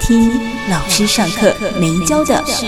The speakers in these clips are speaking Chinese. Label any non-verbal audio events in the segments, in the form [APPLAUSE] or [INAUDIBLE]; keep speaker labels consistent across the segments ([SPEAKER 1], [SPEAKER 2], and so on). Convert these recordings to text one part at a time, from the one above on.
[SPEAKER 1] 听老师上课没教的事。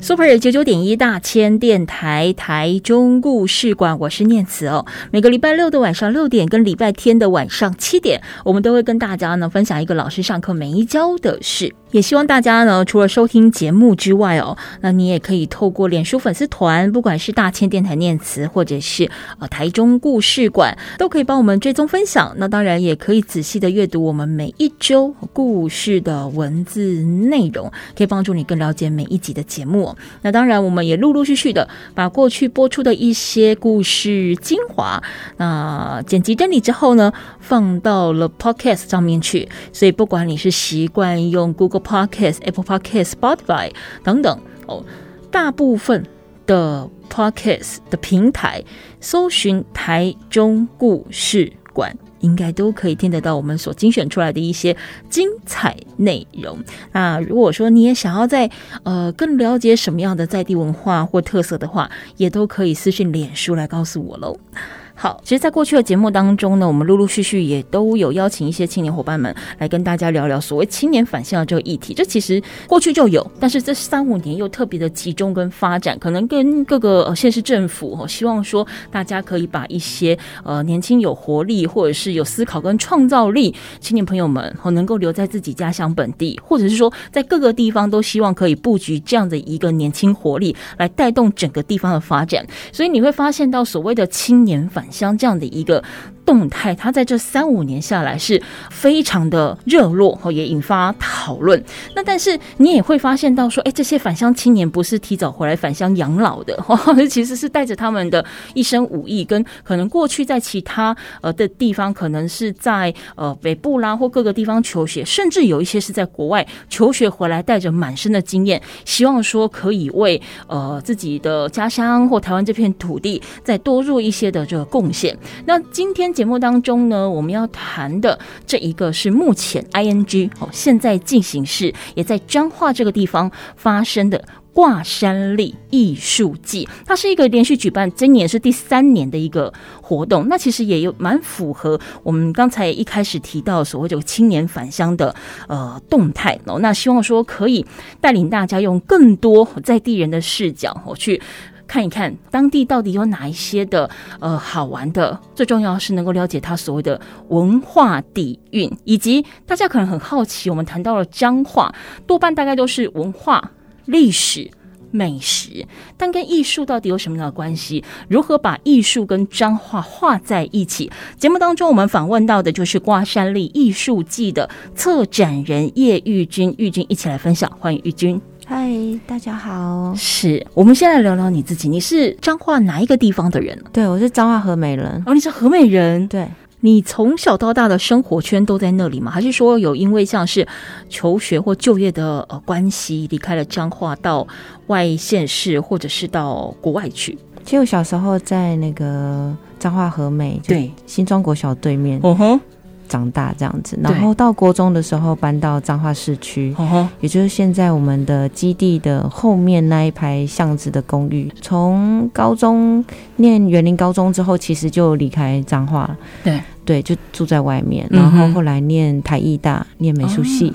[SPEAKER 2] Super 九九点一大千电台台中故事馆，我是念慈哦。每个礼拜六的晚上六点跟礼拜天的晚上七点，我们都会跟大家呢分享一个老师上课没教的事。也希望大家呢，除了收听节目之外哦，那你也可以透过脸书粉丝团，不管是大千电台念慈，或者是呃台中故事馆，都可以帮我们追踪分享。那当然也可以仔细的阅读我们每一周故事的文字内容，可以帮助你更了解每一集的节目、哦。那当然，我们也陆陆续续的把过去播出的一些故事精华，那、剪辑整理之后呢，放到了 Podcast 上面去。所以不管你是习惯用 Google Podcast、Apple Podcast、Spotify 等等哦，大部分的 Podcast 的平台搜寻台中故事馆。应该都可以听得到我们所精选出来的一些精彩内容。那如果说你也想要在呃更了解什么样的在地文化或特色的话，也都可以私信脸书来告诉我喽。好，其实，在过去的节目当中呢，我们陆陆续续也都有邀请一些青年伙伴们来跟大家聊聊所谓青年返乡的这个议题。这其实过去就有，但是这三五年又特别的集中跟发展，可能跟各个、呃、县市政府哦，希望说大家可以把一些呃年轻有活力或者是有思考跟创造力青年朋友们哦，能够留在自己家乡本地，或者是说在各个地方都希望可以布局这样的一个年轻活力，来带动整个地方的发展。所以你会发现到所谓的青年返。返乡这样的一个动态，它在这三五年下来是非常的热络，哦，也引发讨论。那但是你也会发现到说，哎，这些返乡青年不是提早回来返乡养老的， [LAUGHS] 哦，其实是带着他们的一身武艺，跟可能过去在其他呃的地方，可能是在呃北部啦或各个地方求学，甚至有一些是在国外求学回来，带着满身的经验，希望说可以为呃自己的家乡或台湾这片土地再多入一些的这个。贡献。那今天节目当中呢，我们要谈的这一个是目前 ING 哦，现在进行式也在彰化这个地方发生的。挂山笠艺术季，它是一个连续举办，今年是第三年的一个活动。那其实也有蛮符合我们刚才一开始提到所谓这个青年返乡的呃动态哦。那希望说可以带领大家用更多在地人的视角哦去。看一看当地到底有哪一些的呃好玩的，最重要是能够了解它所谓的文化底蕴，以及大家可能很好奇，我们谈到了彰化，多半大概都是文化、历史、美食，但跟艺术到底有什么样的关系？如何把艺术跟彰化画在一起？节目当中我们访问到的就是挂山笠艺术季的策展人叶玉君，玉君一起来分享，欢迎玉君。
[SPEAKER 3] 嗨，大家好。
[SPEAKER 2] 是我们先来聊聊你自己，你是彰化哪一个地方的人呢？
[SPEAKER 3] 对，我是彰化和美人。
[SPEAKER 2] 哦，你是和美人，
[SPEAKER 3] 对，
[SPEAKER 2] 你从小到大的生活圈都在那里吗？还是说有因为像是求学或就业的呃关系，离开了彰化到外县市，或者是到国外去？
[SPEAKER 3] 其实我小时候在那个彰化和美，就
[SPEAKER 2] 对
[SPEAKER 3] 新庄国小对面
[SPEAKER 2] 嗯哼，
[SPEAKER 3] 长大这样子。
[SPEAKER 2] 对
[SPEAKER 3] 然后到国中的时候搬到彰化市区，
[SPEAKER 2] 嗯哼，
[SPEAKER 3] 也就是现在我们的基地的后面那一排巷子的公寓。从高中念园林高中之后，其实就离开彰化了。
[SPEAKER 2] 对
[SPEAKER 3] 对，就住在外面，
[SPEAKER 2] 嗯
[SPEAKER 3] 然
[SPEAKER 2] 哼哦
[SPEAKER 3] 后后来念台艺大，念美术系。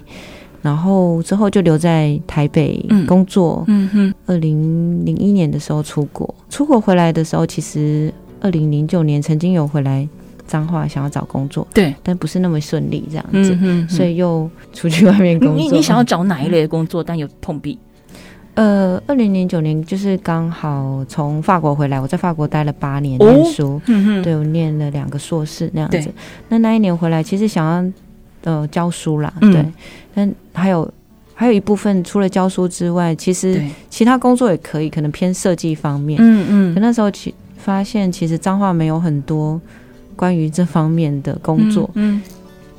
[SPEAKER 3] 然后之后就留在台北
[SPEAKER 2] 嗯
[SPEAKER 3] 工作，
[SPEAKER 2] 嗯哼，
[SPEAKER 3] 二零零一年的时候出国，出国回来的时候，其实二零零九年曾经有回来彰化想要找工作，
[SPEAKER 2] 对，
[SPEAKER 3] 但不是那么顺利这样子，
[SPEAKER 2] 嗯哼，嗯
[SPEAKER 3] 所以又出去外面
[SPEAKER 2] 你
[SPEAKER 3] 工作。
[SPEAKER 2] 你你想要找哪一类的工作，但有碰壁？
[SPEAKER 3] 呃，二零零九年就是刚好从法国回来，我在法国待了八年
[SPEAKER 2] 哦
[SPEAKER 3] 念书，
[SPEAKER 2] 嗯哼，
[SPEAKER 3] 对我念了两个硕士那样子
[SPEAKER 2] 对。
[SPEAKER 3] 那那一年回来，其实想要呃教书啦，
[SPEAKER 2] 嗯
[SPEAKER 3] 对，但还有。还有一部分除了教书之外，其实
[SPEAKER 2] 对，
[SPEAKER 3] 其他工作也可以，可能偏设计方面。
[SPEAKER 2] 嗯
[SPEAKER 3] 可那时候其发现，其实彰化没有很多关于这方面的工作，
[SPEAKER 2] 嗯，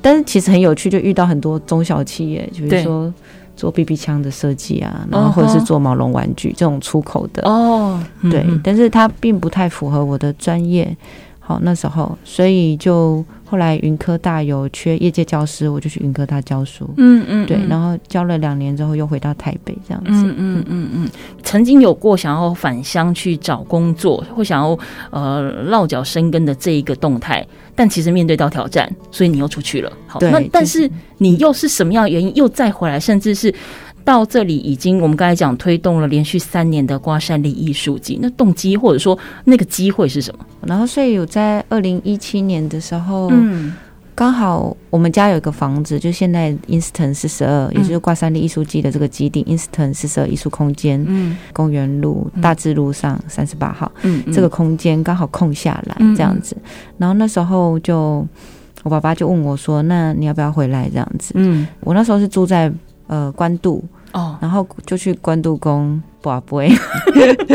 [SPEAKER 3] 但是其实很有趣，就遇到很多中小企业，比如
[SPEAKER 2] 对
[SPEAKER 3] 说做 BB 枪的设计啊，然后或者
[SPEAKER 2] 哦
[SPEAKER 3] 是
[SPEAKER 2] 吼
[SPEAKER 3] 做毛绒玩具这种出口的，
[SPEAKER 2] 哦，嗯
[SPEAKER 3] 对，
[SPEAKER 2] 嗯
[SPEAKER 3] 但是它并不太符合我的专业。好，那时候，所以就后来云科大有缺业界教师，我就去云科大教书。
[SPEAKER 2] 嗯嗯，
[SPEAKER 3] 对，
[SPEAKER 2] 嗯
[SPEAKER 3] 然后教了两年之后，又回到台北这样子。
[SPEAKER 2] 嗯嗯嗯嗯，曾经有过想要返乡去找工作，或想要呃落脚生根的这一个动态，但其实面对到挑战，所以你又出去了。好，
[SPEAKER 3] 对
[SPEAKER 2] 那
[SPEAKER 3] 就是
[SPEAKER 2] 但是你又是什么样的原因又再回来，甚至是到这里已经我们刚才讲推动了连续三年的瓜山里艺术季，那动机或者说那个机会是什么？
[SPEAKER 3] 然后，所以有在二零一七年的时候，
[SPEAKER 2] 嗯，
[SPEAKER 3] 刚好我们家有一个房子，就现在 Instant 四十二，也
[SPEAKER 2] 嗯
[SPEAKER 3] 就是挂三立艺术季的这个基地、i n s t a n t 四十二艺术空间，
[SPEAKER 2] 嗯
[SPEAKER 3] 公园路
[SPEAKER 2] 嗯
[SPEAKER 3] 大智路上三十八号。
[SPEAKER 2] 嗯，
[SPEAKER 3] 这个空间刚好空下来
[SPEAKER 2] 嗯
[SPEAKER 3] 这样子。然后那时候就我爸爸就问我说：“那你要不要回来？”这样子，
[SPEAKER 2] 嗯
[SPEAKER 3] 我那时候是住在呃关渡，
[SPEAKER 2] 哦
[SPEAKER 3] 然后就去关渡宫卜
[SPEAKER 2] [LAUGHS]
[SPEAKER 3] 杯， [LAUGHS]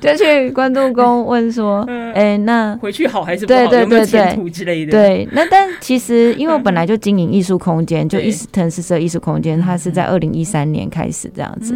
[SPEAKER 3] 就去关渡宫问说：“
[SPEAKER 2] 嗯
[SPEAKER 3] 哎、那。”
[SPEAKER 2] 回去好还是
[SPEAKER 3] 不好对对有没有对对前
[SPEAKER 2] 途之类的，
[SPEAKER 3] 对，那但
[SPEAKER 2] [LAUGHS]
[SPEAKER 3] 其实因为我本来就经营艺术空间，就
[SPEAKER 2] 对嗯
[SPEAKER 3] Eastern 是设艺术空间，它是在二零一三年开始这样子。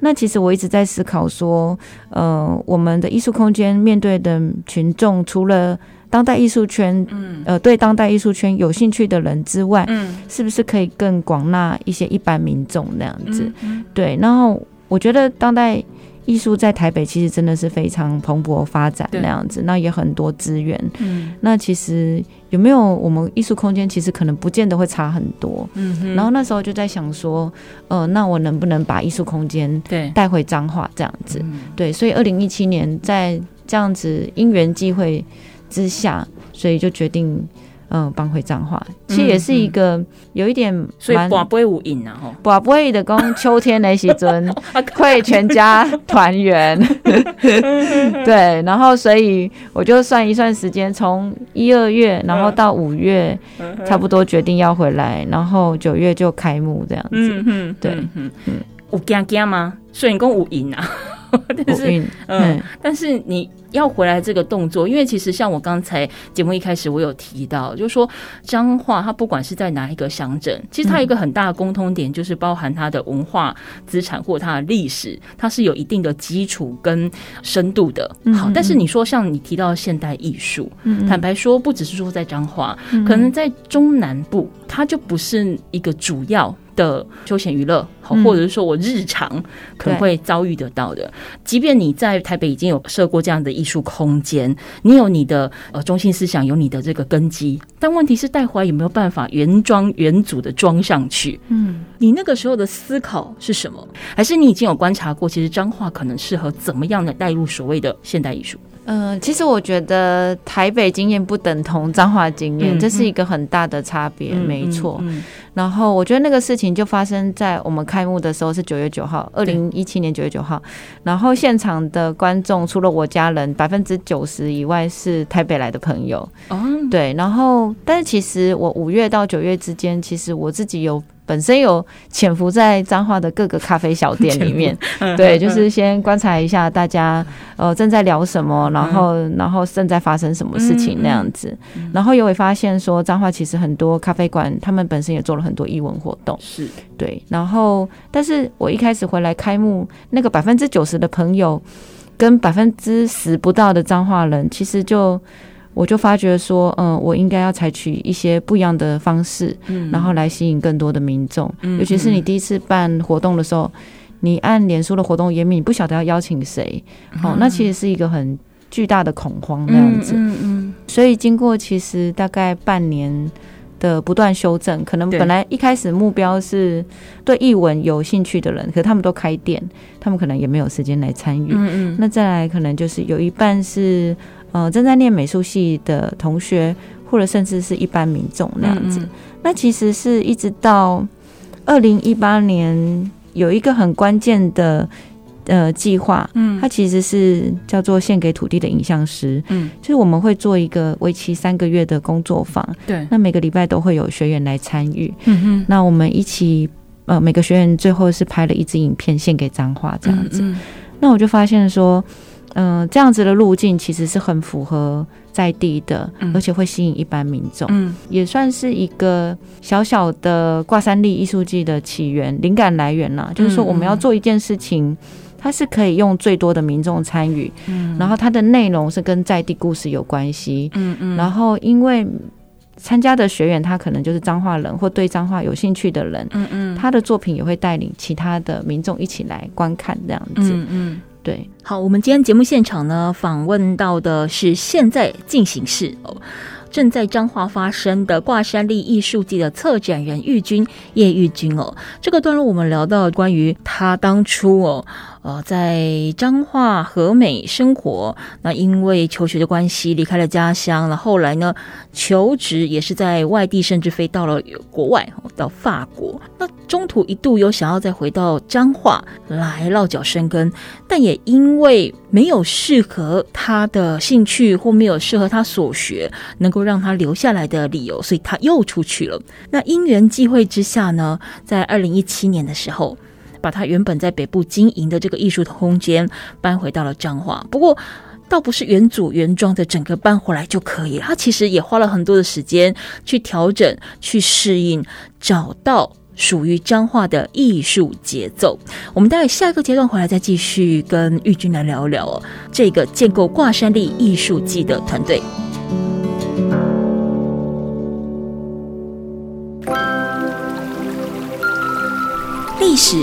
[SPEAKER 3] 那其实我一直在思考说，呃，我们的艺术空间面对的群众，除了当代艺术圈，嗯，呃，对当代艺术圈有兴趣的人之外，
[SPEAKER 2] 嗯，
[SPEAKER 3] 是不是可以更广纳一些一般民众那样子？
[SPEAKER 2] 嗯
[SPEAKER 3] 对，然后我觉得当代艺术在台北其实真的是非常蓬勃发展
[SPEAKER 2] 对
[SPEAKER 3] 那样子，那也很多资源。
[SPEAKER 2] 嗯
[SPEAKER 3] 那其实有没有我们艺术空间，其实可能不见得会差很多。
[SPEAKER 2] 嗯哼，
[SPEAKER 3] 然后那时候就在想说，呃，那我能不能把艺术空间
[SPEAKER 2] 对。
[SPEAKER 3] 带回彰化这样子。
[SPEAKER 2] 嗯
[SPEAKER 3] 对，所以二零一七年在这样子因缘际会之下，所以就决定嗯搬回彰化。其实也是一个有一点
[SPEAKER 2] 嗯所以
[SPEAKER 3] 蛮
[SPEAKER 2] 寡不会无影啊，吼，
[SPEAKER 3] 寡不会的工，秋天的时
[SPEAKER 2] [LAUGHS]
[SPEAKER 3] 阵会全家团圆。对，然后所以我就算一算时间，从一二月，然后到五月，
[SPEAKER 2] 嗯
[SPEAKER 3] 差不多决定要回来，然后九月就开幕这样子。
[SPEAKER 2] 嗯嗯，
[SPEAKER 3] 对
[SPEAKER 2] 嗯
[SPEAKER 3] 嗯
[SPEAKER 2] 有惊惊吗？虽然讲有赢啊， [LAUGHS] 但
[SPEAKER 3] 我
[SPEAKER 2] 是
[SPEAKER 3] 运
[SPEAKER 2] 嗯
[SPEAKER 3] 嗯，
[SPEAKER 2] 但是你要回来这个动作，因为其实像我刚才节目一开始我有提到，就是说彰化它不管是在哪一个乡镇，其实它有一个很大的共通点，就是包含它的文化资产或它的历史，它是有一定的基础跟深度的。好，但是你说像你提到的现代艺术，
[SPEAKER 3] 嗯
[SPEAKER 2] 坦白说，不只是说在彰化，可能在中南部，它就不是一个主要的休闲娱乐，好，
[SPEAKER 3] 嗯
[SPEAKER 2] 或者是说我日常可能会遭遇得到的。即便你在台北已经有设过这样的艺术空间，你有你的呃中心思想，有你的这个根基，但问题是带回来有没有办法原装原组的装上去？
[SPEAKER 3] 嗯。
[SPEAKER 2] 你那个时候的思考是什么？还是你已经有观察过，其实彰化可能适合怎么样的带入所谓的现代艺术？
[SPEAKER 3] 嗯，其实我觉得台北经验不等同彰化经验，
[SPEAKER 2] 嗯
[SPEAKER 3] 这是一个很大的差别，没错。
[SPEAKER 2] 嗯，
[SPEAKER 3] 然后我觉得那个事情就发生在我们开幕的时候是九月九号，二
[SPEAKER 2] 对
[SPEAKER 3] 零一七年九月九号。然后现场的观众除了我家人，百分之九十以外是台北来的朋友。
[SPEAKER 2] 嗯
[SPEAKER 3] 对，然后但是其实我五月到九月之间，其实我自己有。本身有潜伏在彰化的各个咖啡小店里面，
[SPEAKER 2] 哦，
[SPEAKER 3] 对，就是先观察一下大家呃正在聊什么，然后然后正在发生什么事情
[SPEAKER 2] 嗯
[SPEAKER 3] 那样子，然后也会发现说彰化其实很多咖啡馆他们本身也做了很多义文活动，
[SPEAKER 2] 是
[SPEAKER 3] 对，然后但是我一开始回来开幕那个百分之九十的朋友跟百分之十不到的彰化人，其实就。我就发觉说，嗯、我应该要采取一些不一样的方式，
[SPEAKER 2] 嗯
[SPEAKER 3] 然后来吸引更多的民众。
[SPEAKER 2] 嗯
[SPEAKER 3] 尤其是你第一次办活动的时候，你按脸书的活动页面，你不晓得要邀请谁，
[SPEAKER 2] 嗯
[SPEAKER 3] 好、那其实是一个很巨大的恐慌那样子。
[SPEAKER 2] 嗯嗯
[SPEAKER 3] 所以经过其实大概半年。的不断修正，可能
[SPEAKER 2] 对
[SPEAKER 3] 本来一开始目标是对译文有兴趣的人，可他们都开店，他们可能也没有时间来参与。
[SPEAKER 2] 嗯嗯
[SPEAKER 3] 那再来可能就是有一半是呃正在念美术系的同学，或者甚至是一般民众那
[SPEAKER 2] 嗯
[SPEAKER 3] 样子。那其实是一直到二零一八年有一个很关键的呃计划，
[SPEAKER 2] 嗯
[SPEAKER 3] 它其实是叫做献给土地的影像师，
[SPEAKER 2] 嗯，
[SPEAKER 3] 就是我们会做一个为期三个月的工作坊，
[SPEAKER 2] 对，
[SPEAKER 3] 那每个礼拜都会有学员来参与，
[SPEAKER 2] 嗯哼，
[SPEAKER 3] 那我们一起。呃，每个学员最后是拍了一支影片献给彰化这样子，
[SPEAKER 2] 嗯，
[SPEAKER 3] 那我就发现说，嗯、这样子的路径其实是很符合在地的，
[SPEAKER 2] 嗯
[SPEAKER 3] 而且会吸引一般民众，
[SPEAKER 2] 嗯
[SPEAKER 3] 也算是一个小小的挂山笠艺术季的起源、灵感来源
[SPEAKER 2] 嗯
[SPEAKER 3] 啦。就是说，我们要做一件事情。它是可以用最多的民众参与，
[SPEAKER 2] 嗯
[SPEAKER 3] 然后它的内容是跟在地故事有关系，
[SPEAKER 2] 嗯嗯
[SPEAKER 3] 然后因为参加的学员他可能就是彰化人或对彰化有兴趣的人，
[SPEAKER 2] 嗯嗯
[SPEAKER 3] 他的作品也会带领其他的民众一起来观看这样子。
[SPEAKER 2] 嗯嗯。
[SPEAKER 3] 对，
[SPEAKER 2] 好，我们今天节目现场呢，访问到的是现在进行式哦。正在彰化发生的挂山笠艺术季的策展人玉君叶玉君哦，这个段落我们聊到关于他当初哦，呃，在彰化和美生活，那因为求学的关系离开了家乡，那后来呢求职也是在外地，甚至飞到了国外哦，到法国。那中途一度有想要再回到彰化来落脚生根，但也因为没有适合他的兴趣或没有适合他所学，能够让他留下来的理由，所以他又出去了。那因缘际会之下呢，在二零一七年的时候。把他原本在北部经营的这个艺术空间搬回到了彰化，不过倒不是原组原装的整个搬回来就可以了。他其实也花了很多的时间去调整、去适应，找到属于彰化的艺术节奏。我们待会下一个阶段回来再继续跟玉君来聊一聊哦，这个建构挂山笠艺术季的团队。
[SPEAKER 1] 历史、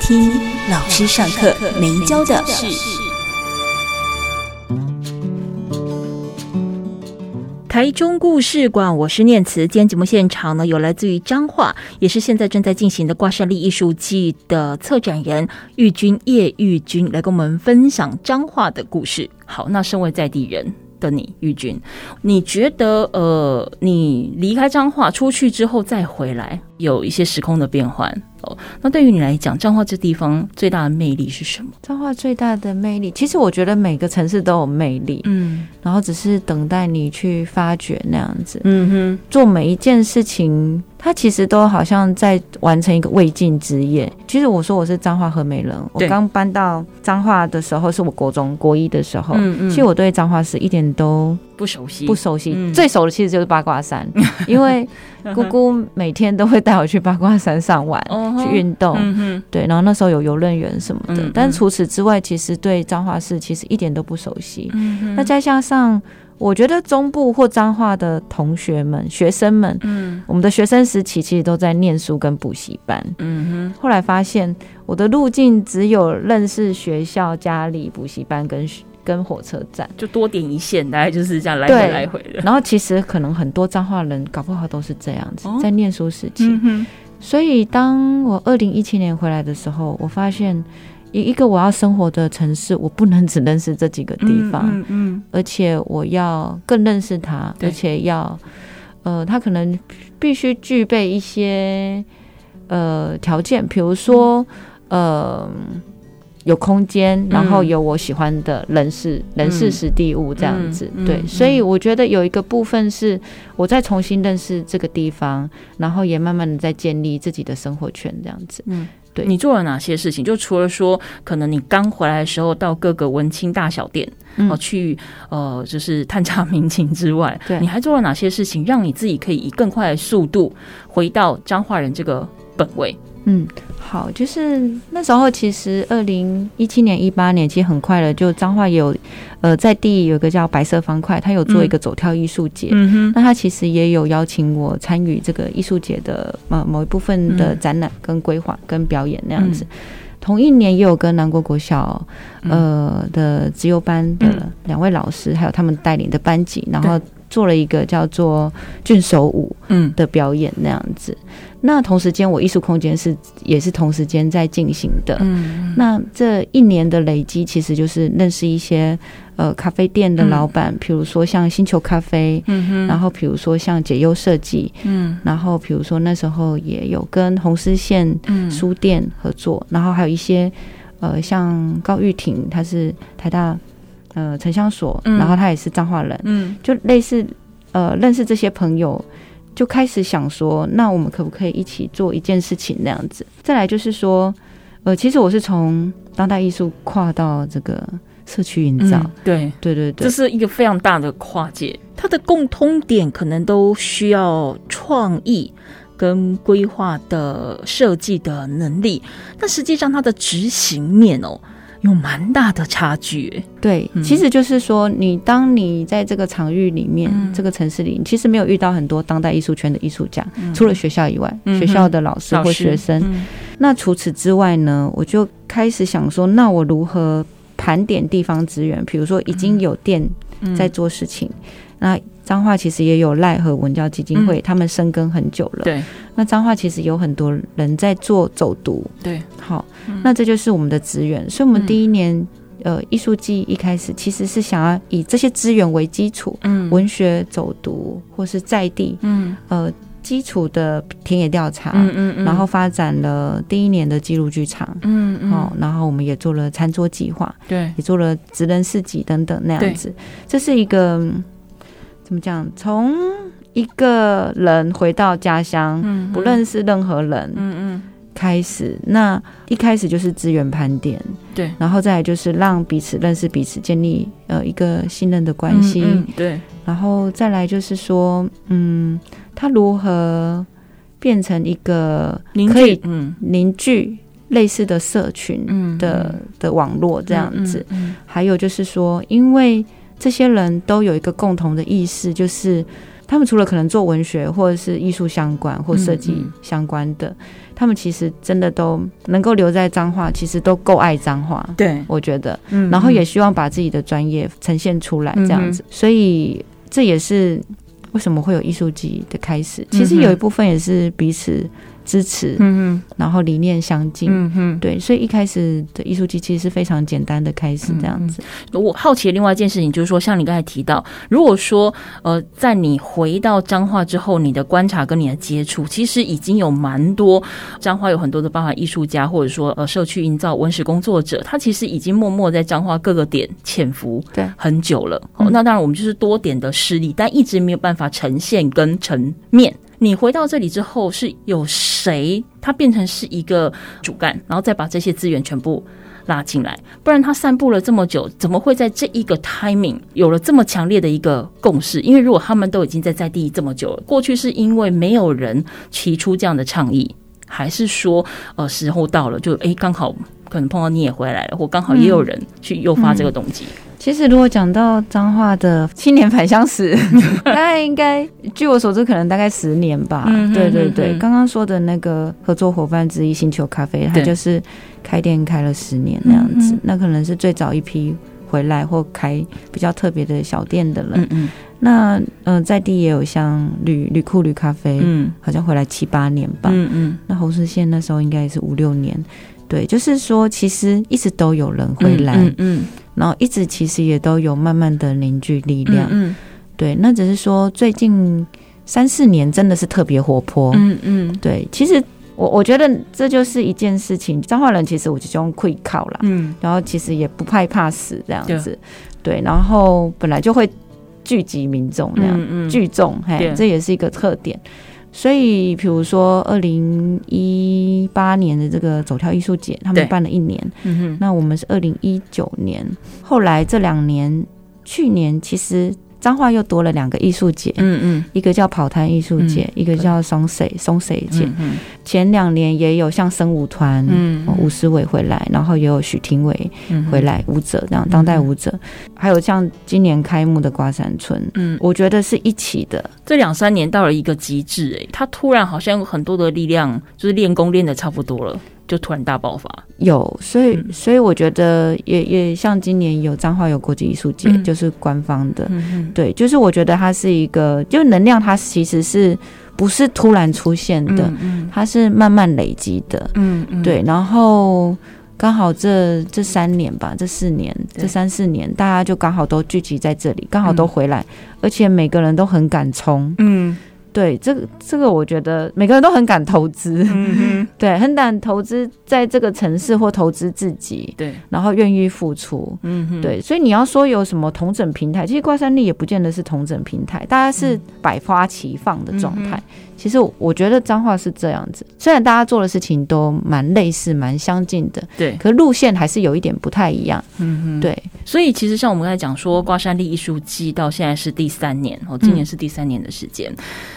[SPEAKER 1] 听老师上课没教的事。
[SPEAKER 2] 台中故事馆，我是念慈。今天节目现场呢，有来自于彰化，也是现在正在进行的挂山笠艺术季的策展人玉君叶玉君来跟我们分享彰化的故事。好，那身为在地人的你，玉君，你觉得呃，你离开彰化出去之后再回来，有一些时空的变换哦。那对于你来讲，彰化这地方最大的魅力是什么？
[SPEAKER 3] 彰化最大的魅力，其实我觉得每个城市都有魅力，
[SPEAKER 2] 嗯
[SPEAKER 3] 然后只是等待你去发掘那样子。
[SPEAKER 2] 嗯哼，
[SPEAKER 3] 做每一件事情，它其实都好像在完成一个未尽之业。其实我说我是彰化和美人，我
[SPEAKER 2] 对
[SPEAKER 3] 刚搬到彰化的时候是我国中国一的时候。
[SPEAKER 2] 嗯嗯，
[SPEAKER 3] 其实我对彰化市一点都
[SPEAKER 2] 不熟悉，
[SPEAKER 3] 不熟悉，
[SPEAKER 2] 嗯
[SPEAKER 3] 最熟的其实就是八
[SPEAKER 2] [LAUGHS]
[SPEAKER 3] 卦山，因为姑姑每天都会带我去八卦山上玩，
[SPEAKER 2] 哦
[SPEAKER 3] 去运动，
[SPEAKER 2] 嗯嗯哼，
[SPEAKER 3] 对，然后那时候有游乐园什么的，
[SPEAKER 2] 嗯嗯
[SPEAKER 3] 但除此之外，其实对彰化市其实一点都不熟悉。
[SPEAKER 2] 嗯哼，
[SPEAKER 3] 那再加上，我觉得中部或彰化的同学们、学生们，
[SPEAKER 2] 嗯
[SPEAKER 3] 我们的学生时期其实都在念书跟补习班。
[SPEAKER 2] 嗯
[SPEAKER 3] 后来发现，我的路径只有认识学校、家里、补习班跟学跟火车站。
[SPEAKER 2] 哼，就多点一线，大概就是这样来
[SPEAKER 3] 对
[SPEAKER 2] 回来回的。
[SPEAKER 3] 然后其实可能很多彰化人搞不好都是这样子，
[SPEAKER 2] 哦
[SPEAKER 3] 在念书时期。
[SPEAKER 2] 嗯哼，
[SPEAKER 3] 所以当我二零一七年回来的时候，我发现一一个我要生活的城市，我不能只认识这几个地方，
[SPEAKER 2] 嗯嗯
[SPEAKER 3] 而且我要更认识它，
[SPEAKER 2] 对
[SPEAKER 3] 而且要呃，它可能必须具备一些呃条件，比如说、
[SPEAKER 2] 嗯
[SPEAKER 3] 呃。有空间，然后有我喜欢的人事、人事实地物这样子，
[SPEAKER 2] 嗯嗯嗯
[SPEAKER 3] 对，
[SPEAKER 2] 嗯
[SPEAKER 3] 所以我觉得有一个部分是我在重新认识这个地方，然后也慢慢的在建立自己的生活圈这样子。
[SPEAKER 2] 嗯，
[SPEAKER 3] 对
[SPEAKER 2] 你做了哪些事情？就除了说，可能你刚回来的时候到各个文青大小店
[SPEAKER 3] 嗯
[SPEAKER 2] 哦、去呃，就是探查民情之外，
[SPEAKER 3] 对
[SPEAKER 2] 你还做了哪些事情，让你自己可以以更快的速度回到彰化人这个本位？
[SPEAKER 3] 嗯，好，就是那时候其实二零一七年、一八年，其实很快了，就彰化也有，呃，在地有一个叫白色方块，它有做一个走跳艺术节。
[SPEAKER 2] 嗯哼，
[SPEAKER 3] 那它其实也有邀请我参与这个艺术节的呃某一部分的
[SPEAKER 2] 嗯
[SPEAKER 3] 展览、跟规划、跟表演那样子。同一年也有跟南国国小呃的自由班的
[SPEAKER 2] 嗯
[SPEAKER 3] 两位老师，还有他们带领的班级，然后做了一个叫做郡守舞
[SPEAKER 2] 嗯
[SPEAKER 3] 的表演那样子。那同时间，我艺术空间是也是同时间在进行的。
[SPEAKER 2] 嗯
[SPEAKER 3] 那这一年的累积，其实就是认识一些呃咖啡店的老板，比、如说像星球咖啡，
[SPEAKER 2] 嗯哼
[SPEAKER 3] 然后比如说像解忧设计，
[SPEAKER 2] 嗯
[SPEAKER 3] 然后比如说那时候也有跟红丝线
[SPEAKER 2] 嗯
[SPEAKER 3] 书店合作，然后还有一些呃像高玉婷，她是台大呃城乡所，
[SPEAKER 2] 嗯
[SPEAKER 3] 然后她也是彰化人，
[SPEAKER 2] 嗯
[SPEAKER 3] 就类似呃认识这些朋友，就开始想说，那我们可不可以一起做一件事情那样子？再来就是说，呃，其实我是从当代艺术跨到这个社区营造，
[SPEAKER 2] 嗯对。
[SPEAKER 3] 对对
[SPEAKER 2] 这
[SPEAKER 3] 对，
[SPEAKER 2] 是一个非常大的跨界，它的共通点可能都需要创意跟规划的设计的能力，但实际上它的执行面哦有蛮大的差距耶。
[SPEAKER 3] 对，
[SPEAKER 2] 嗯
[SPEAKER 3] 其实就是说，你当你在这个场域里面，
[SPEAKER 2] 嗯
[SPEAKER 3] 这个城市里，你其实没有遇到很多当代艺术圈的艺术家，除了学校以外，
[SPEAKER 2] 嗯嗯哼
[SPEAKER 3] 学校的老师
[SPEAKER 2] 老
[SPEAKER 3] 或
[SPEAKER 2] 师
[SPEAKER 3] 学生，
[SPEAKER 2] 嗯
[SPEAKER 3] 那除此之外呢，我就开始想说，那我如何盘点地方资源？比如说，已经有店
[SPEAKER 2] 嗯
[SPEAKER 3] 在做事情，那彰化其实也有赖和文教基金会，他们深耕很久了。
[SPEAKER 2] 嗯对
[SPEAKER 3] 那彰化其实有很多人在做走读，
[SPEAKER 2] 对，
[SPEAKER 3] 好，那这就是我们的资源。所以，我们
[SPEAKER 2] 嗯
[SPEAKER 3] 第一年、呃艺术季一开始，其实是想要以这些资源为基础，
[SPEAKER 2] 嗯
[SPEAKER 3] 文学走读或是在地
[SPEAKER 2] 嗯
[SPEAKER 3] 呃基础的田野调查，
[SPEAKER 2] 嗯嗯嗯，
[SPEAKER 3] 然后发展了第一年的记录剧场，
[SPEAKER 2] 嗯嗯
[SPEAKER 3] 哦，然后我们也做了餐桌计划，
[SPEAKER 2] 对
[SPEAKER 3] 也做了职人市集等等那
[SPEAKER 2] 对
[SPEAKER 3] 样子。这是一个嗯怎么讲？从一个人回到家乡，
[SPEAKER 2] 嗯
[SPEAKER 3] 不认识任何人
[SPEAKER 2] 嗯嗯
[SPEAKER 3] 开始，那一开始就是资源盘点，
[SPEAKER 2] 对，
[SPEAKER 3] 然后再来就是让彼此认识彼此，建立呃一个信任的关系，
[SPEAKER 2] 嗯嗯对
[SPEAKER 3] 然后再来就是说，嗯，他如何变成一个
[SPEAKER 2] 邻
[SPEAKER 3] 可以
[SPEAKER 2] 居嗯
[SPEAKER 3] 凝聚类似的社群
[SPEAKER 2] 嗯
[SPEAKER 3] 的、的网络这样子。
[SPEAKER 2] 嗯
[SPEAKER 3] 还有就是说，因为这些人都有一个共同的意识，就是他们除了可能做文学或者是艺术相关或设计
[SPEAKER 2] 嗯嗯
[SPEAKER 3] 相关的，他们其实真的都能够留在彰化，其实都够爱彰化。
[SPEAKER 2] 对，
[SPEAKER 3] 我觉得，
[SPEAKER 2] 嗯
[SPEAKER 3] 然后也希望把自己的专业呈现出来，这样子，所以这也是为什么会有艺术季的开始。其实有一部分也是彼此支持，
[SPEAKER 2] 嗯
[SPEAKER 3] 然后理念相近，
[SPEAKER 2] 嗯嗯
[SPEAKER 3] 对，所以一开始的艺术季其实是非常简单的开始
[SPEAKER 2] 嗯
[SPEAKER 3] 这样子。
[SPEAKER 2] 我好奇的另外一件事情就是说，像你刚才提到，如果说呃，在你回到彰化之后，你的观察跟你的接触，其实已经有蛮多彰化有很多的包含艺术家或者说呃社区营造文史工作者，他其实已经默默在彰化各个点潜伏
[SPEAKER 3] 对
[SPEAKER 2] 很久了。哦
[SPEAKER 3] 嗯
[SPEAKER 2] 那当然我们就是多点的势力，但一直没有办法呈现跟呈面。你回到这里之后，是有谁他变成是一个主干，然后再把这些资源全部拉进来？不然他散步了这么久，怎么会在这一个 timing 有了这么强烈的一个共识？因为如果他们都已经在在地这么久了，过去是因为没有人提出这样的倡议，还是说呃时候到了，就诶刚好可能碰到你也回来了，或刚好也有人去诱发这个动机？
[SPEAKER 3] 其实如果讲到彰化的青年返
[SPEAKER 2] [LAUGHS]
[SPEAKER 3] 乡史，大概应该据我所知，可能大概十年吧。
[SPEAKER 2] 嗯哼
[SPEAKER 3] 对对
[SPEAKER 2] 嗯哼
[SPEAKER 3] 对，刚刚说的那个合作伙伴之一星球咖啡，它
[SPEAKER 2] 对
[SPEAKER 3] 就是开店开了十年那样子，
[SPEAKER 2] 嗯哼
[SPEAKER 3] 那可能是最早一批回来或开比较特别的小店的人。
[SPEAKER 2] 嗯嗯
[SPEAKER 3] 那嗯、呃在地也有像旅旅库旅咖啡，
[SPEAKER 2] 嗯
[SPEAKER 3] 好像回来七八年吧。
[SPEAKER 2] 嗯嗯
[SPEAKER 3] 那红石线那时候应该也是五六年，对，就是说其实一直都有人回来，
[SPEAKER 2] 嗯嗯
[SPEAKER 3] 然后一直其实也都有慢慢的凝聚力量，
[SPEAKER 2] 嗯
[SPEAKER 3] 对，那只是说最近三四年真的是特别活泼，
[SPEAKER 2] 嗯嗯
[SPEAKER 3] 对，其实我我觉得这就是一件事情，彰化人其实我就用会靠啦，
[SPEAKER 2] 嗯
[SPEAKER 3] 然后其实也不害怕死这样子，对，然后本来就会聚集民众那样，
[SPEAKER 2] 嗯
[SPEAKER 3] 聚众，嘿
[SPEAKER 2] 对，
[SPEAKER 3] 这也是一个特点。所以，比如说二零一八年的这个走跳艺术节，他
[SPEAKER 2] 对
[SPEAKER 3] 们办了一年，
[SPEAKER 2] 嗯
[SPEAKER 3] 那我们是二零一九年。后来这两年，去年其实彰化又多了两个艺术节，
[SPEAKER 2] 嗯嗯
[SPEAKER 3] 一个叫跑滩艺术节，一个叫双水松水节。
[SPEAKER 2] 嗯
[SPEAKER 3] 前两年也有像生舞团。
[SPEAKER 2] 嗯
[SPEAKER 3] 哦吴思伟回来，然后也有许廷伟回来，舞者这
[SPEAKER 2] 嗯
[SPEAKER 3] 样，当代舞者，还有像今年开幕的瓜山村，
[SPEAKER 2] 嗯。
[SPEAKER 3] 我觉得是一起的，
[SPEAKER 2] 这两三年到了一个极致、欸，哎，他突然好像有很多的力量，就是练功练的差不多了。就突然大爆发。
[SPEAKER 3] 有，所以、
[SPEAKER 2] 嗯
[SPEAKER 3] 所以我觉得也也像今年有彰化有国际艺术节，
[SPEAKER 2] 嗯
[SPEAKER 3] 就是官方的，
[SPEAKER 2] 嗯
[SPEAKER 3] 对，就是我觉得它是一个，就能量它其实是不是突然出现的，
[SPEAKER 2] 嗯
[SPEAKER 3] 它是慢慢累积的，
[SPEAKER 2] 嗯嗯，
[SPEAKER 3] 对，然后。刚好这这三年吧，这四年，
[SPEAKER 2] 对
[SPEAKER 3] 这三四年，大家就刚好都聚集在这里，刚好都
[SPEAKER 2] 嗯
[SPEAKER 3] 回来，而且每个人都很敢冲。
[SPEAKER 2] 嗯
[SPEAKER 3] 对，这个这个，我觉得每个人都很敢投资。
[SPEAKER 2] 嗯
[SPEAKER 3] [LAUGHS] 对，很敢投资在这个城市或投资自己，
[SPEAKER 2] 对，
[SPEAKER 3] 然后愿意付出。
[SPEAKER 2] 嗯哼，
[SPEAKER 3] 对，所以你要说有什么同整平台，其实挂山力也不见得是同整平台，大家是百花齐放的状态。其实我觉得彰化是这样子，虽然大家做的事情都蛮类似、蛮相近的，
[SPEAKER 2] 对，
[SPEAKER 3] 可路线还是有一点不太一样。
[SPEAKER 2] 嗯哼，
[SPEAKER 3] 对，
[SPEAKER 2] 所以其实像我们刚才讲说，瓜山力艺术季到现在是第三年，哦，今年是第三年的时间。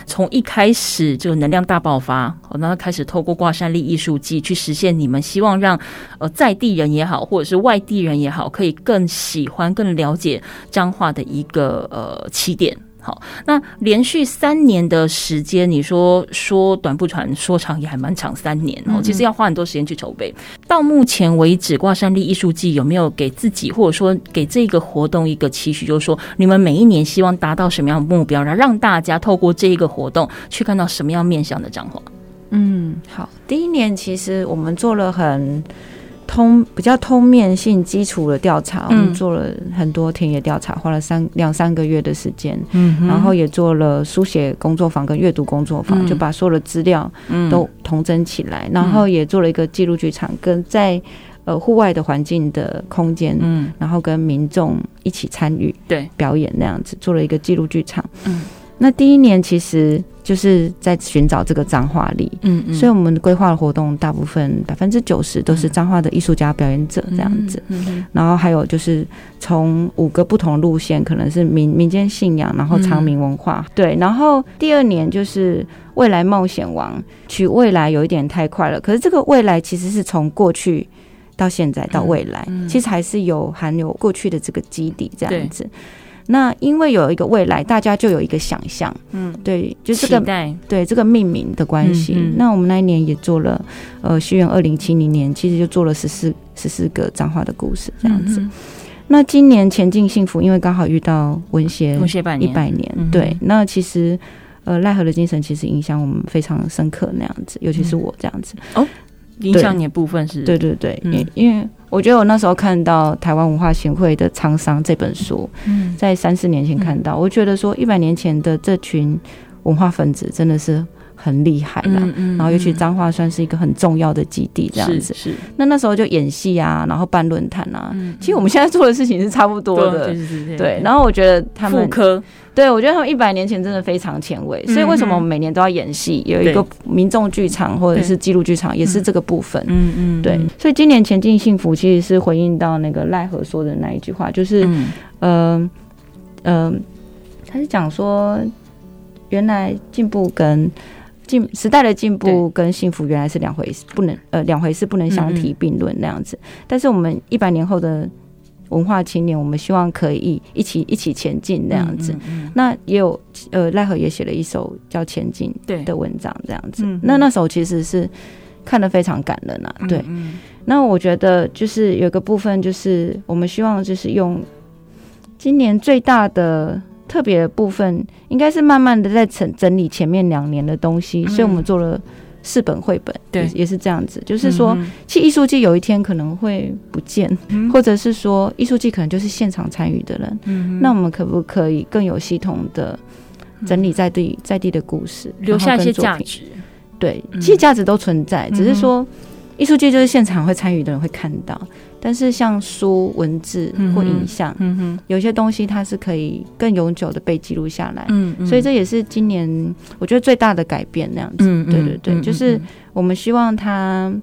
[SPEAKER 2] 从一开始就能量大爆发，哦，然后开始透过瓜山力艺术季去实现你们希望让呃在地人也好，或者是外地人也好，可以更喜欢、更了解彰化的一个呃起点。好，那连续三年的时间，你说说短不长，说长也还蛮长，三年
[SPEAKER 3] 嗯
[SPEAKER 2] 哦，其实要花很多时间去筹备。到目前为止，挂山力艺术季有没有给自己，或者说给这个活动一个期许，就是说你们每一年希望达到什么样的目标，然后让大家透过这一个活动去看到什么样面向的彰化？
[SPEAKER 3] 嗯，好。第一年其实我们做了很通比较通面性基础的调查，我
[SPEAKER 2] 嗯
[SPEAKER 3] 们做了很多田野调查，花了三两三个月的时间，
[SPEAKER 2] 嗯
[SPEAKER 3] 然后也做了书写工作坊跟阅读工作坊，
[SPEAKER 2] 嗯
[SPEAKER 3] 就把所有的资料都统整起来，然后也做了一个记录剧场，跟在呃户外的环境的空间。
[SPEAKER 2] 嗯
[SPEAKER 3] 然后跟民众一起参与
[SPEAKER 2] 对
[SPEAKER 3] 表演那样子，做了一个记录剧场。
[SPEAKER 2] 嗯，
[SPEAKER 3] 那第一年其实就是在寻找这个彰化力，
[SPEAKER 2] 嗯嗯
[SPEAKER 3] 所以我们规划的活动大部分百分之九十都是彰化的艺术家、表演者这样子。，
[SPEAKER 2] 嗯
[SPEAKER 3] 然后还有就是从五个不同路线，可能是民民间信仰，然后长明文化，
[SPEAKER 2] 嗯
[SPEAKER 3] 对。然后第二年就是未来冒险王，取未来有一点太快了，可是这个未来其实是从过去到现在到未来，
[SPEAKER 2] 嗯嗯
[SPEAKER 3] 其实还是有含有过去的这个基底这样子。那因为有一个未来，大家就有一个想象，
[SPEAKER 2] 嗯，
[SPEAKER 3] 对，就
[SPEAKER 2] 就
[SPEAKER 3] 这个
[SPEAKER 2] 待，
[SPEAKER 3] 对这个命名的关系。
[SPEAKER 2] 嗯嗯
[SPEAKER 3] 那我们那一年也做了，呃，西元二零七零年，其实就做了十四十四个脏话的故事这样子。
[SPEAKER 2] 嗯
[SPEAKER 3] 那今年前进幸福，因为刚好遇到文协
[SPEAKER 2] 嗯文学百
[SPEAKER 3] 一
[SPEAKER 2] 年，
[SPEAKER 3] 百年，
[SPEAKER 2] 嗯
[SPEAKER 3] 对，那其实。呃，奈何的精神其实影响我们非常深刻，那样子，尤其是我这样子，
[SPEAKER 2] 影响你的部分是，
[SPEAKER 3] 对对对，
[SPEAKER 2] 嗯
[SPEAKER 3] 因、因为我觉得我那时候看到台湾文化协会的《沧桑》这本书，
[SPEAKER 2] 嗯
[SPEAKER 3] 在三四年前看到，我觉得说一百年前的这群文化分子真的是很厉害啦，
[SPEAKER 2] 嗯嗯
[SPEAKER 3] 然后尤其
[SPEAKER 2] 嗯
[SPEAKER 3] 彰化算是一个很重要的基地这样子。
[SPEAKER 2] 是是，
[SPEAKER 3] 那那时候就演戏啊，然后办论坛啊，
[SPEAKER 2] 嗯
[SPEAKER 3] 其实我们现在做的事情是差不多的。
[SPEAKER 2] 对啊
[SPEAKER 3] 对，然后我觉得他
[SPEAKER 2] 妇
[SPEAKER 3] 们，
[SPEAKER 2] 科，
[SPEAKER 3] 对我觉得他们一百年前真的非常前
[SPEAKER 2] 嗯
[SPEAKER 3] 卫，所以为什么我们每年都要演戏，有一个民众剧场或者是记录剧场，也是这个部分。
[SPEAKER 2] 嗯嗯
[SPEAKER 3] 对，所以今年前进幸福其实是回应到那个奈何说的那一句话，就是
[SPEAKER 2] 嗯
[SPEAKER 3] 嗯嗯、呃他是讲说，原来进步跟进时代的进步
[SPEAKER 2] 对
[SPEAKER 3] 跟幸福原来是两回事，不能呃两回事不能相提并论那样子。但是我们一百年后的文化青年，我们希望可以一起一起前进那样子。，
[SPEAKER 2] 嗯嗯
[SPEAKER 3] 那也有呃奈何也写了一首叫《前进》
[SPEAKER 2] 对
[SPEAKER 3] 的文章这样子。
[SPEAKER 2] 嗯
[SPEAKER 3] 那那首其实是看得非常感人啊，对。
[SPEAKER 2] 嗯
[SPEAKER 3] 那我觉得就是有个部分，就是我们希望就是用今年最大的特别的部分，应该是慢慢的在整整理前面两年的东西，
[SPEAKER 2] 嗯
[SPEAKER 3] 所以我们做了四本绘本，
[SPEAKER 2] 对
[SPEAKER 3] 也也是这样子，就是说，
[SPEAKER 2] 嗯
[SPEAKER 3] 其实艺术季有一天可能会不见，
[SPEAKER 2] 嗯
[SPEAKER 3] 或者是说艺术季可能就是现场参与的人，
[SPEAKER 2] 嗯
[SPEAKER 3] 那我们可不可以更有系统的？整理在地在地的故事，
[SPEAKER 2] 留下一些
[SPEAKER 3] 然后
[SPEAKER 2] 价
[SPEAKER 3] 跟作品
[SPEAKER 2] 值。
[SPEAKER 3] 对，
[SPEAKER 2] 嗯
[SPEAKER 3] 其实价值都存在，
[SPEAKER 2] 哼
[SPEAKER 3] 只是说艺术界就是现场会参与的人会看到，但是像书、文字
[SPEAKER 2] 嗯哼
[SPEAKER 3] 或影像，
[SPEAKER 2] 嗯哼，
[SPEAKER 3] 有些东西它是可以更永久的被记录下来。
[SPEAKER 2] 嗯
[SPEAKER 3] 所以这也是今年我觉得最大的改变，那样子。
[SPEAKER 2] 嗯
[SPEAKER 3] 对对对
[SPEAKER 2] 嗯
[SPEAKER 3] 就是我们希望它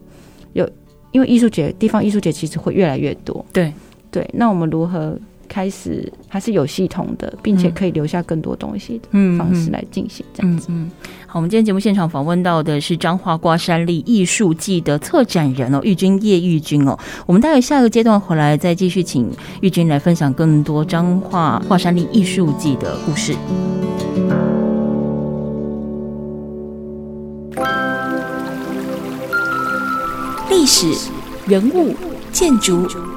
[SPEAKER 3] 有，因为艺术节地方艺术节其实会越来越多。
[SPEAKER 2] 对
[SPEAKER 3] 对，那我们如何开始它是有系统的，并且
[SPEAKER 2] 嗯
[SPEAKER 3] 可以留下更多东西的
[SPEAKER 2] 嗯
[SPEAKER 3] 方式
[SPEAKER 2] 嗯
[SPEAKER 3] 来进行这样
[SPEAKER 2] 嗯
[SPEAKER 3] 子？
[SPEAKER 2] 嗯，好，我们今天节目现场访问到的是彰化瓜山力艺术季的策展人哦，玉君叶玉君哦。我们待会下个阶段回来再继续请玉君来分享更多彰化瓜山力艺术季的故事。
[SPEAKER 1] 历史、人物、建筑、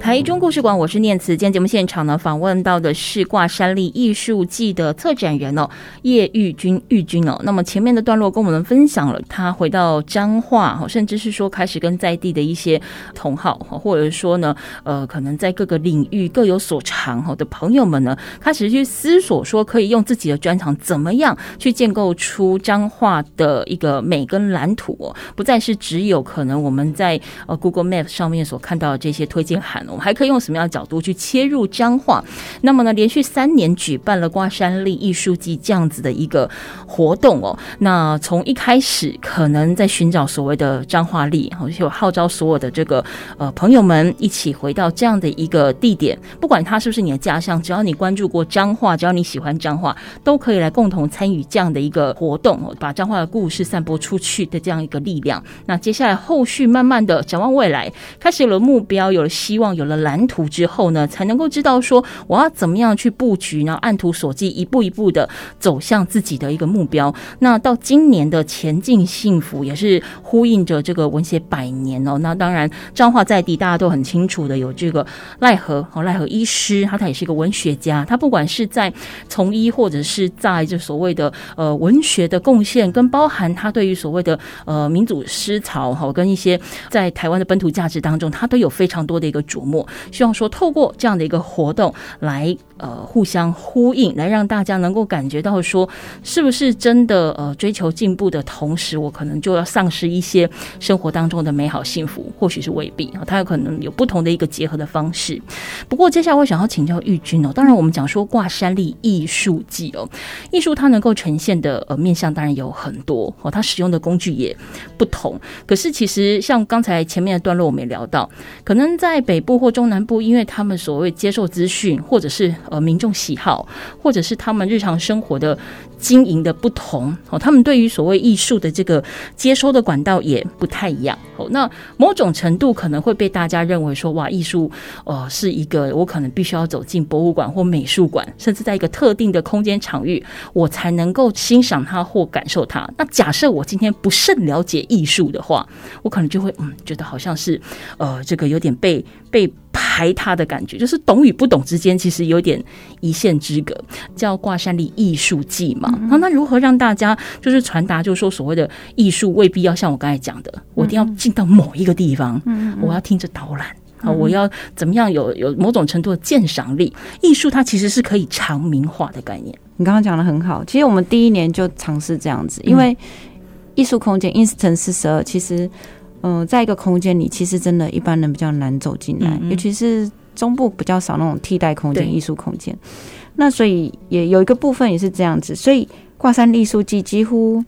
[SPEAKER 2] 台中故事馆，我是念慈。今天节目现场呢，访问到的是挂山历艺术季的策展人哦，叶玉君，玉君哦。那么前面的段落跟我们分享了，他回到彰化，哦甚至是说开始跟在地的一些同好，哦或者说呢，呃，可能在各个领域各有所长哦的朋友们呢，开始去思索说，可以用自己的专长怎么样去建构出彰化的一个美跟蓝图哦，不再是只有可能我们在呃 Google Map 上面所看到的这些推荐函，我们还可以用什么样的角度去切入彰化？那么呢，连续三年举办了挂山历艺术季这样子的一个活动哦。那从一开始，可能在寻找所谓的彰化历，而且号召所有的这个呃朋友们一起回到这样的一个地点，不管它是不是你的家乡，只要你关注过彰化，只要你喜欢彰化，都可以来共同参与这样的一个活动哦，把彰化的故事散播出去的这样一个力量。那接下来后续慢慢的展望未来，开始有了目标，有了希望，有了蓝图之后呢，才能够知道说我要怎么样去布局，然后按图索骥，一步一步的走向自己的一个目标。那到今年的前进幸福也是呼应着这个文学百年哦。那当然，彰化在地大家都很清楚的，有这个赖和哦，赖和医师，他他也是一个文学家，他不管是在从医或者是在这所谓的呃文学的贡献，跟包含他对于所谓的呃民主思潮哈、哦跟一些在台湾的本土价值当中，他都有非常多的一个琢磨。希望说透过这样的一个活动来呃互相呼应，来让大家能够感觉到说，是不是真的呃追求进步的同时，我可能就要丧失一些生活当中的美好幸福，或许是未必啊，它有可能有不同的一个结合的方式。不过接下来我想要请教玉君哦，当然我们讲说挂山历艺术季哦，艺术它能够呈现的呃面向当然有很多哦，它使用的工具也不同。可是其实像刚才前面的段落我们也聊到，可能在北部或中南部，因为他们所谓接受资讯，或者是呃民众喜好，或者是他们日常生活的经营的不同哦，他们对于所谓艺术的这个接收的管道也不太一样哦。那某种程度可能会被大家认为说，哇，艺术呃是一个我可能必须要走进博物馆或美术馆，甚至在一个特定的空间场域，我才能够欣赏它或感受它。那假设我今天不甚了解艺术的话，我可能就会嗯觉得好像是呃这个有点被被排他的感觉，就是懂与不懂之间其实有点一线之隔，叫挂山里艺术季嘛。那、那如何让大家就是传达，就是说所谓的艺术未必要像我刚才讲的，我一定要进到某一个地方，我要听着导览。啊，我要怎么样有有某种程度的鉴赏力？艺术它其实是可以长明化的概念。
[SPEAKER 3] 你刚刚讲的很好，其实我们第一年就尝试这样子，
[SPEAKER 2] 嗯
[SPEAKER 3] 因为艺术空间 Instant 四十二，其实，嗯、在一个空间里，其实真的一般人比较难走进来，
[SPEAKER 2] 嗯嗯
[SPEAKER 3] 尤其是中部比较少那种替代空
[SPEAKER 2] 对
[SPEAKER 3] 间、艺术空间。那所以也有一个部分也是这样子，所以挂山艺术季几乎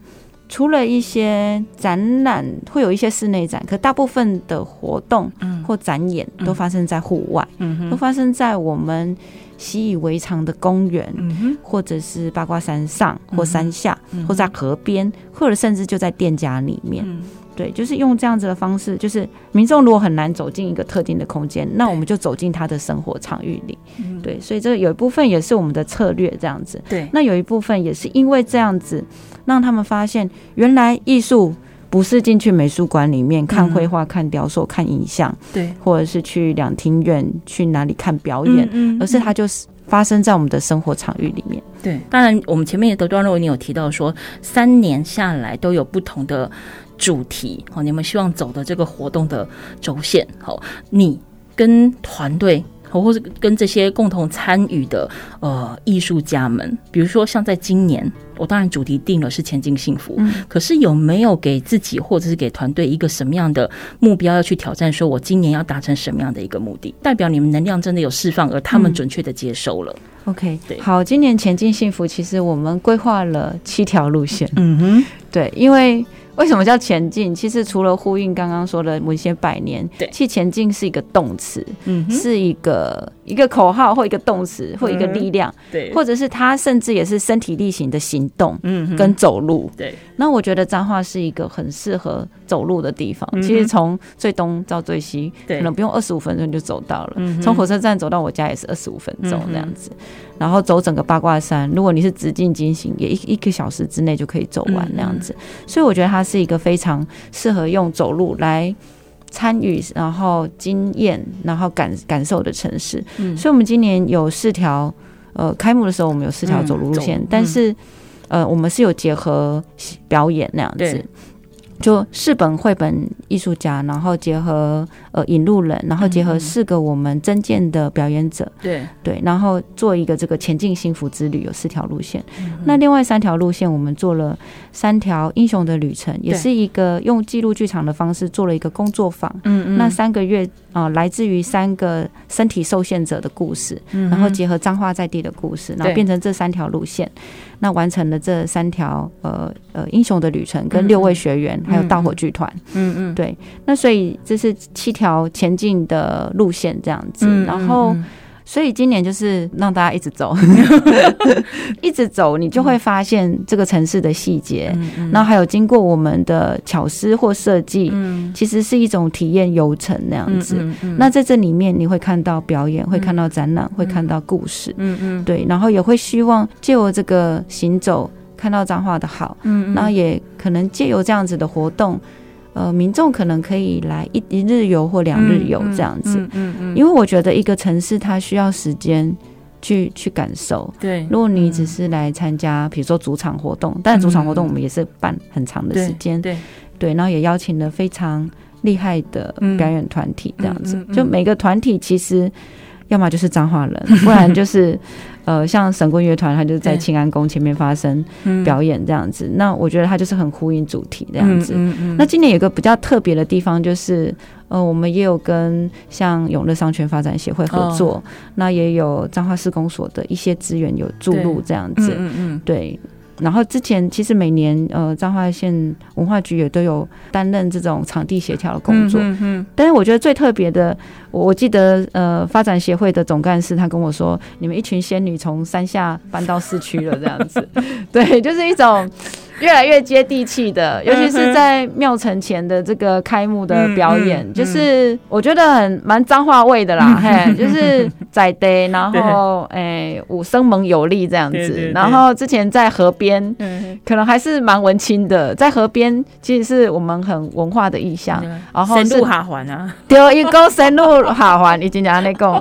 [SPEAKER 3] 除了一些展览，会有一些室内展，可大部分的活动
[SPEAKER 2] 嗯
[SPEAKER 3] 或展演都发生在户外，都发生在我们习以为常的公园。
[SPEAKER 2] 嗯哼，
[SPEAKER 3] 或者是八卦山上或山下，
[SPEAKER 2] 嗯
[SPEAKER 3] 或在河边，或者甚至就在店家里面。
[SPEAKER 2] 嗯
[SPEAKER 3] 对，就是用这样子的方式，就是民众如果很难走进一个特定的空间，那我们就走进他的生活场域里。对，所以这有一部分也是我们的策略这样子。
[SPEAKER 2] 嗯对，
[SPEAKER 3] 那有一部分也是因为这样子，让他们发现原来艺术。不是进去美术馆里面看绘画、看雕塑、看影像，
[SPEAKER 2] 嗯对，
[SPEAKER 3] 或者是去两厅院、去哪里看表演，
[SPEAKER 2] 嗯
[SPEAKER 3] 而是它就是发生在我们的生活场域里面。
[SPEAKER 2] 对，当然，我们前面也都段落你有提到说，三年下来都有不同的主题，哦好，你们希望走的这个活动的轴线，好，你跟团队。哦或是跟这些共同参与的呃艺术家们，比如说像在今年，我当然主题定了是前进幸福，
[SPEAKER 3] 嗯
[SPEAKER 2] 可是有没有给自己或者是给团队一个什么样的目标要去挑战？说我今年要达成什么样的一个目的？代表你们能量真的有释放，而他们
[SPEAKER 3] 嗯
[SPEAKER 2] 准确的接收了。
[SPEAKER 3] OK，
[SPEAKER 2] 对
[SPEAKER 3] 好，今年前进幸福，其实我们规划了七条路线。
[SPEAKER 2] [LAUGHS] 嗯哼，
[SPEAKER 3] 对，因为为什么叫前进？其实除了呼应刚刚说的某些百年，
[SPEAKER 2] 对
[SPEAKER 3] 其实前进是一个动词，
[SPEAKER 2] 嗯哼，
[SPEAKER 3] 是一个一个口号或一个动词或一个
[SPEAKER 2] 嗯哼
[SPEAKER 3] 力量，
[SPEAKER 2] 对，
[SPEAKER 3] 或者是它甚至也是身体力行的行动。
[SPEAKER 2] 嗯哼
[SPEAKER 3] 跟走路，
[SPEAKER 2] 对，
[SPEAKER 3] 那我觉得彰化是一个很适合走路的地方。
[SPEAKER 2] 嗯哼
[SPEAKER 3] 其实从最东到最西，
[SPEAKER 2] 对
[SPEAKER 3] 可能不用二十五分钟就走到了。
[SPEAKER 2] 嗯哼
[SPEAKER 3] 从火车站走到我家也是二十五分钟
[SPEAKER 2] 嗯哼
[SPEAKER 3] 这样子，然后走整个八卦山，如果你是直径金行，也一一个小时之内就可以走完
[SPEAKER 2] 嗯
[SPEAKER 3] 那样子。所以我觉得它是一个非常适合用走路来。参与，然后经验，然后感感受的城市，
[SPEAKER 2] 嗯
[SPEAKER 3] 所以我们今年有四条，呃，开幕的时候我们有四条
[SPEAKER 2] 嗯
[SPEAKER 3] 走路路线，
[SPEAKER 2] 走
[SPEAKER 3] 但是呃，我们是有结合表演那样子
[SPEAKER 2] 对。
[SPEAKER 3] 就四本绘本艺术家，然后结合呃引路人，然后结
[SPEAKER 2] 嗯
[SPEAKER 3] 合
[SPEAKER 2] 嗯
[SPEAKER 3] 四个我们真见的表演者，
[SPEAKER 2] 对，
[SPEAKER 3] 对，然后做一个这个前进幸福之旅，有四条路线。
[SPEAKER 2] 嗯
[SPEAKER 3] 那另外三条路线，我们做了三条英雄的旅程，也
[SPEAKER 2] 对
[SPEAKER 3] 是一个用记录剧场的方式做了一个工作坊。
[SPEAKER 2] 嗯嗯
[SPEAKER 3] 那三个月啊、呃来自于三个身体受限者的故事，
[SPEAKER 2] 嗯
[SPEAKER 3] 然后结合彰化在地的故事，然后
[SPEAKER 2] 对
[SPEAKER 3] 变成这三条路线，那完成了这三条呃呃英雄的旅程，跟
[SPEAKER 2] 嗯
[SPEAKER 3] 六位学员、还有
[SPEAKER 2] 嗯
[SPEAKER 3] 大火剧团，
[SPEAKER 2] 嗯嗯
[SPEAKER 3] 对，那所以这是七条前进的路线这样子，
[SPEAKER 2] 嗯，
[SPEAKER 3] 然后。
[SPEAKER 2] 嗯
[SPEAKER 3] 所以今年就是让大家一
[SPEAKER 2] [LAUGHS]
[SPEAKER 3] 直走，一直走，你就会发现这个城市的细节，
[SPEAKER 2] 嗯嗯
[SPEAKER 3] 然后还有经过我们的巧思或设计，
[SPEAKER 2] 嗯
[SPEAKER 3] 其实是一种体验游程
[SPEAKER 2] 嗯
[SPEAKER 3] 那样子。
[SPEAKER 2] 嗯嗯
[SPEAKER 3] 那在这里面，你会看到表演，会看到展览，会看到故事，
[SPEAKER 2] 嗯嗯
[SPEAKER 3] 对，然后也会希望借由这个行走，看到彰化的好，
[SPEAKER 2] 嗯
[SPEAKER 3] 然后也可能借由这样子的活动，呃，民众可能可以来一一日游或两日游这样子，，
[SPEAKER 2] 嗯嗯嗯嗯，
[SPEAKER 3] 因为我觉得一个城市它需要时间去去感受。
[SPEAKER 2] 对，
[SPEAKER 3] 如果你只是来参加，比如说主场活动，但主场活动
[SPEAKER 2] 嗯
[SPEAKER 3] 我们也是办很长的时间，
[SPEAKER 2] 对，
[SPEAKER 3] 对，然后也邀请了非常厉害的
[SPEAKER 2] 嗯
[SPEAKER 3] 表演团体，这样子，
[SPEAKER 2] 嗯嗯嗯
[SPEAKER 3] 就每个团体其实。要么就是彰化
[SPEAKER 2] [LAUGHS]
[SPEAKER 3] 人，不然就是，呃，像神棍乐团，他就是在
[SPEAKER 2] 对
[SPEAKER 3] 清安宫前面发生
[SPEAKER 2] 嗯
[SPEAKER 3] 表演这样子。那我觉得他就是很呼应主题
[SPEAKER 2] 这
[SPEAKER 3] 这样子。
[SPEAKER 2] 嗯嗯，
[SPEAKER 3] 那今年有个比较特别的地方，就是呃，我们也有跟像永乐商圈发展协会合作，
[SPEAKER 2] 哦
[SPEAKER 3] 那也有彰化市公所的一些资源有注入
[SPEAKER 2] 对
[SPEAKER 3] 这样
[SPEAKER 2] 嗯
[SPEAKER 3] 子。
[SPEAKER 2] 嗯嗯
[SPEAKER 3] 对。然后之前其实每年呃彰化县文化局也都有担任这种场地协调的工作，
[SPEAKER 2] 嗯嗯
[SPEAKER 3] 但是我觉得最特别的，我我记得呃发展协会的总干事他跟我说，你们一群仙女从山下搬到市区了这样子， [LAUGHS] 对，就是一种越来越接地气
[SPEAKER 2] 嗯
[SPEAKER 3] 的，尤其是在庙城前的这个开幕的表演，
[SPEAKER 2] 嗯嗯
[SPEAKER 3] 就是我觉得很蛮彰化味的
[SPEAKER 2] [LAUGHS]
[SPEAKER 3] 啦，嘿，就是在地，然后哎武生猛有力这样子，
[SPEAKER 2] 对对对
[SPEAKER 3] 然后之前在河边。
[SPEAKER 2] 嗯，
[SPEAKER 3] 可能还是蛮文青的，在河边其实是我们很文化的意象，然后
[SPEAKER 2] 嗯深
[SPEAKER 3] 是
[SPEAKER 2] 入哈环啊，
[SPEAKER 3] 丢一个深入好玩，已经讲那个，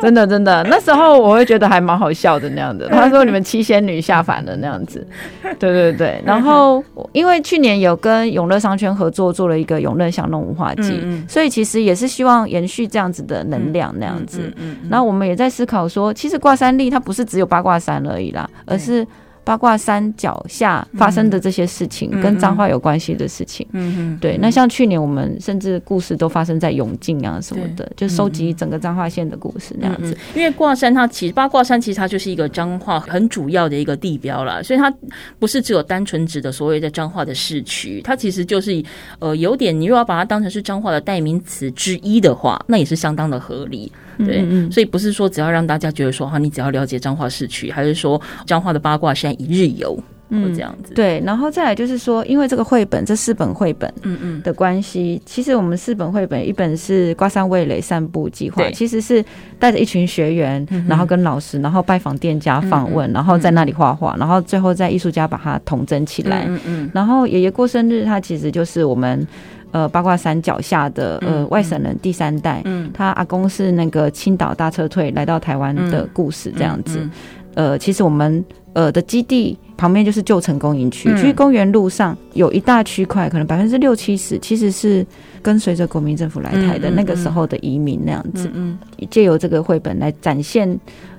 [SPEAKER 3] 真的真的，那时候我会觉得还蛮好笑的那样子。他说你们七仙女下凡了那样子，对对对。然后我因为去年有跟永乐商圈合作做了一个永乐巷弄文化季，
[SPEAKER 2] 嗯嗯
[SPEAKER 3] 所以其实也是希望延续这样子的能量那样子。
[SPEAKER 2] 嗯嗯，
[SPEAKER 3] 然后我们也在思考说，其实挂山力它不是只有八卦山而已啦，而是八卦山脚下发生的这些事情，
[SPEAKER 2] 嗯
[SPEAKER 3] 跟彰化有关系的事情。
[SPEAKER 2] 嗯嗯
[SPEAKER 3] 对，那像去年我们甚至故事都发生在永靖啊什么的，就收
[SPEAKER 2] 嗯
[SPEAKER 3] 集整个彰化县的故事那样子。，
[SPEAKER 2] 因为挂山它其实八卦山其实它就是一个彰化很主要的一个地标啦，所以它不是只有单纯指的所谓的彰化的市区，它其实就是呃有点你如果要把它当成是彰化的代名词之一的话，那也是相当的合理。对，
[SPEAKER 3] 嗯嗯
[SPEAKER 2] 所以不是说只要让大家觉得说哈，你只要了解彰化市区，还是说彰化的八卦山一日游，或这样子。
[SPEAKER 3] 嗯对，然后再来就是说，因为这个绘本这四本绘本
[SPEAKER 2] 嗯嗯，
[SPEAKER 3] 的关系，其实我们四本绘本，一本是《瓜山味蕾散步计划
[SPEAKER 2] 对》，嗯
[SPEAKER 3] 其实是带着一群学员，然后跟老师，然后拜访店家访问，然后在那里画画，然后最后在艺术家把它统整起来。
[SPEAKER 2] 嗯嗯
[SPEAKER 3] 然后爷爷过生日，他其实就是我们呃八卦山脚下的呃
[SPEAKER 2] 嗯
[SPEAKER 3] 外省人第三代，
[SPEAKER 2] 嗯，
[SPEAKER 3] 他阿公是那个青岛大撤退来到台湾的故事，这样子。
[SPEAKER 2] 嗯
[SPEAKER 3] 呃，其实我们呃的基地旁边就是旧城公园区，
[SPEAKER 2] 嗯
[SPEAKER 3] 去公园路上有一大区块，可能百分之六七十其实是跟随着国民政府来台
[SPEAKER 2] 嗯
[SPEAKER 3] 的
[SPEAKER 2] 嗯
[SPEAKER 3] 那个时候的移民那样子，
[SPEAKER 2] 嗯
[SPEAKER 3] 借由这个绘本来展现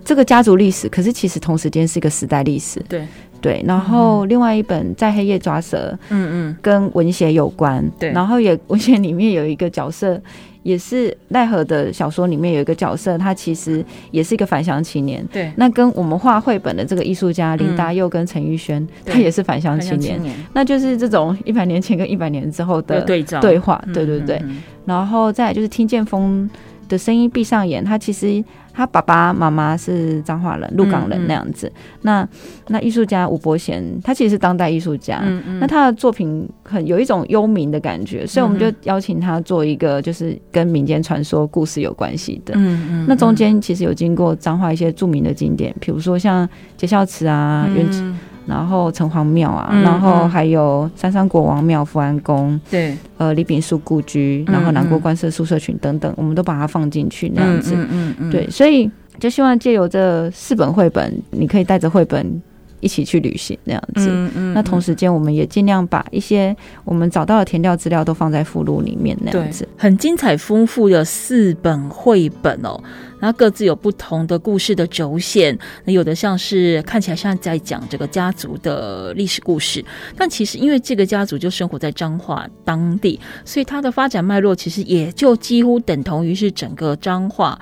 [SPEAKER 3] 这个家族历史，可是其实同时间是一个时代历史。
[SPEAKER 2] 对
[SPEAKER 3] 对，然后另外一本在黑夜抓蛇，
[SPEAKER 2] 嗯
[SPEAKER 3] 跟文学有关，
[SPEAKER 2] 对
[SPEAKER 3] 然后也文学里面有一个角色，也是奈何的小说里面有一个角色，他其实也是一个返乡青年。
[SPEAKER 2] 对，
[SPEAKER 3] 那跟我们画绘本的这个艺术家林达佑跟陈玉轩，
[SPEAKER 2] 嗯对
[SPEAKER 3] 他也是返乡
[SPEAKER 2] 很
[SPEAKER 3] 青
[SPEAKER 2] 像
[SPEAKER 3] 年，
[SPEAKER 2] 年
[SPEAKER 3] 那就是这种一百年前跟一百年之后
[SPEAKER 2] 的
[SPEAKER 3] 的
[SPEAKER 2] 对照，
[SPEAKER 3] 对话，
[SPEAKER 2] 嗯
[SPEAKER 3] 对对
[SPEAKER 2] 嗯
[SPEAKER 3] 对。
[SPEAKER 2] 嗯
[SPEAKER 3] 然后再来就是听见风的声音，闭上眼。他其实他爸爸妈妈是彰化人、鹿
[SPEAKER 2] 嗯
[SPEAKER 3] 港人那样子。那那艺术家吴伯贤，他其实是当代艺术家，
[SPEAKER 2] 嗯嗯
[SPEAKER 3] 那他的作品很有一种幽冥的感觉，所以我们就邀请他做一个就是跟民间传说故事有关系的。
[SPEAKER 2] 嗯嗯，
[SPEAKER 3] 那中间其实有经过彰化一些著名的景点，比如说像结孝祠啊、元、
[SPEAKER 2] 嗯
[SPEAKER 3] 然后城隍庙啊，
[SPEAKER 2] 嗯
[SPEAKER 3] 然后还有三山国王庙、福安宫、
[SPEAKER 2] 对
[SPEAKER 3] 呃李炳树故居，
[SPEAKER 2] 嗯
[SPEAKER 3] 然后南国关社宿舍群等等，我们都把它放进去那样子。
[SPEAKER 2] 嗯嗯嗯，
[SPEAKER 3] 对，所以就希望借由这四本绘本，你可以带着绘本一起去旅行那样子。
[SPEAKER 2] 嗯嗯，
[SPEAKER 3] 那同
[SPEAKER 2] 时。
[SPEAKER 3] 时间，我们也尽量把一些我们找到的填料资料都放在附录里面，那
[SPEAKER 2] 对
[SPEAKER 3] 样子。，
[SPEAKER 2] 很精彩丰富的四本绘本哦，然后各自有不同的故事的轴线，那有的像是看起来像在讲这个家族的历史故事，但其实因为这个家族就生活在彰化当地，所以它的发展脉络其实也就几乎等同于是整个彰化。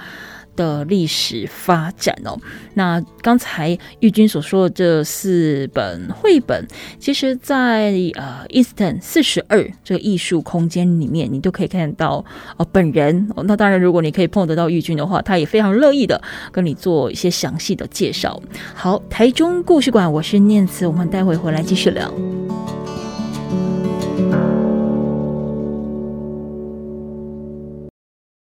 [SPEAKER 2] 的历史发展哦，那刚才玉君所说的这四本绘本，其实在，呃 Easton 四十二这个艺术空间里面，你就可以看到哦本人哦。那当然，如果你可以碰得到玉君的话，他也非常乐意的跟你做一些详细的介绍。好，台中故事馆，我是念慈，我们待会回来继续聊。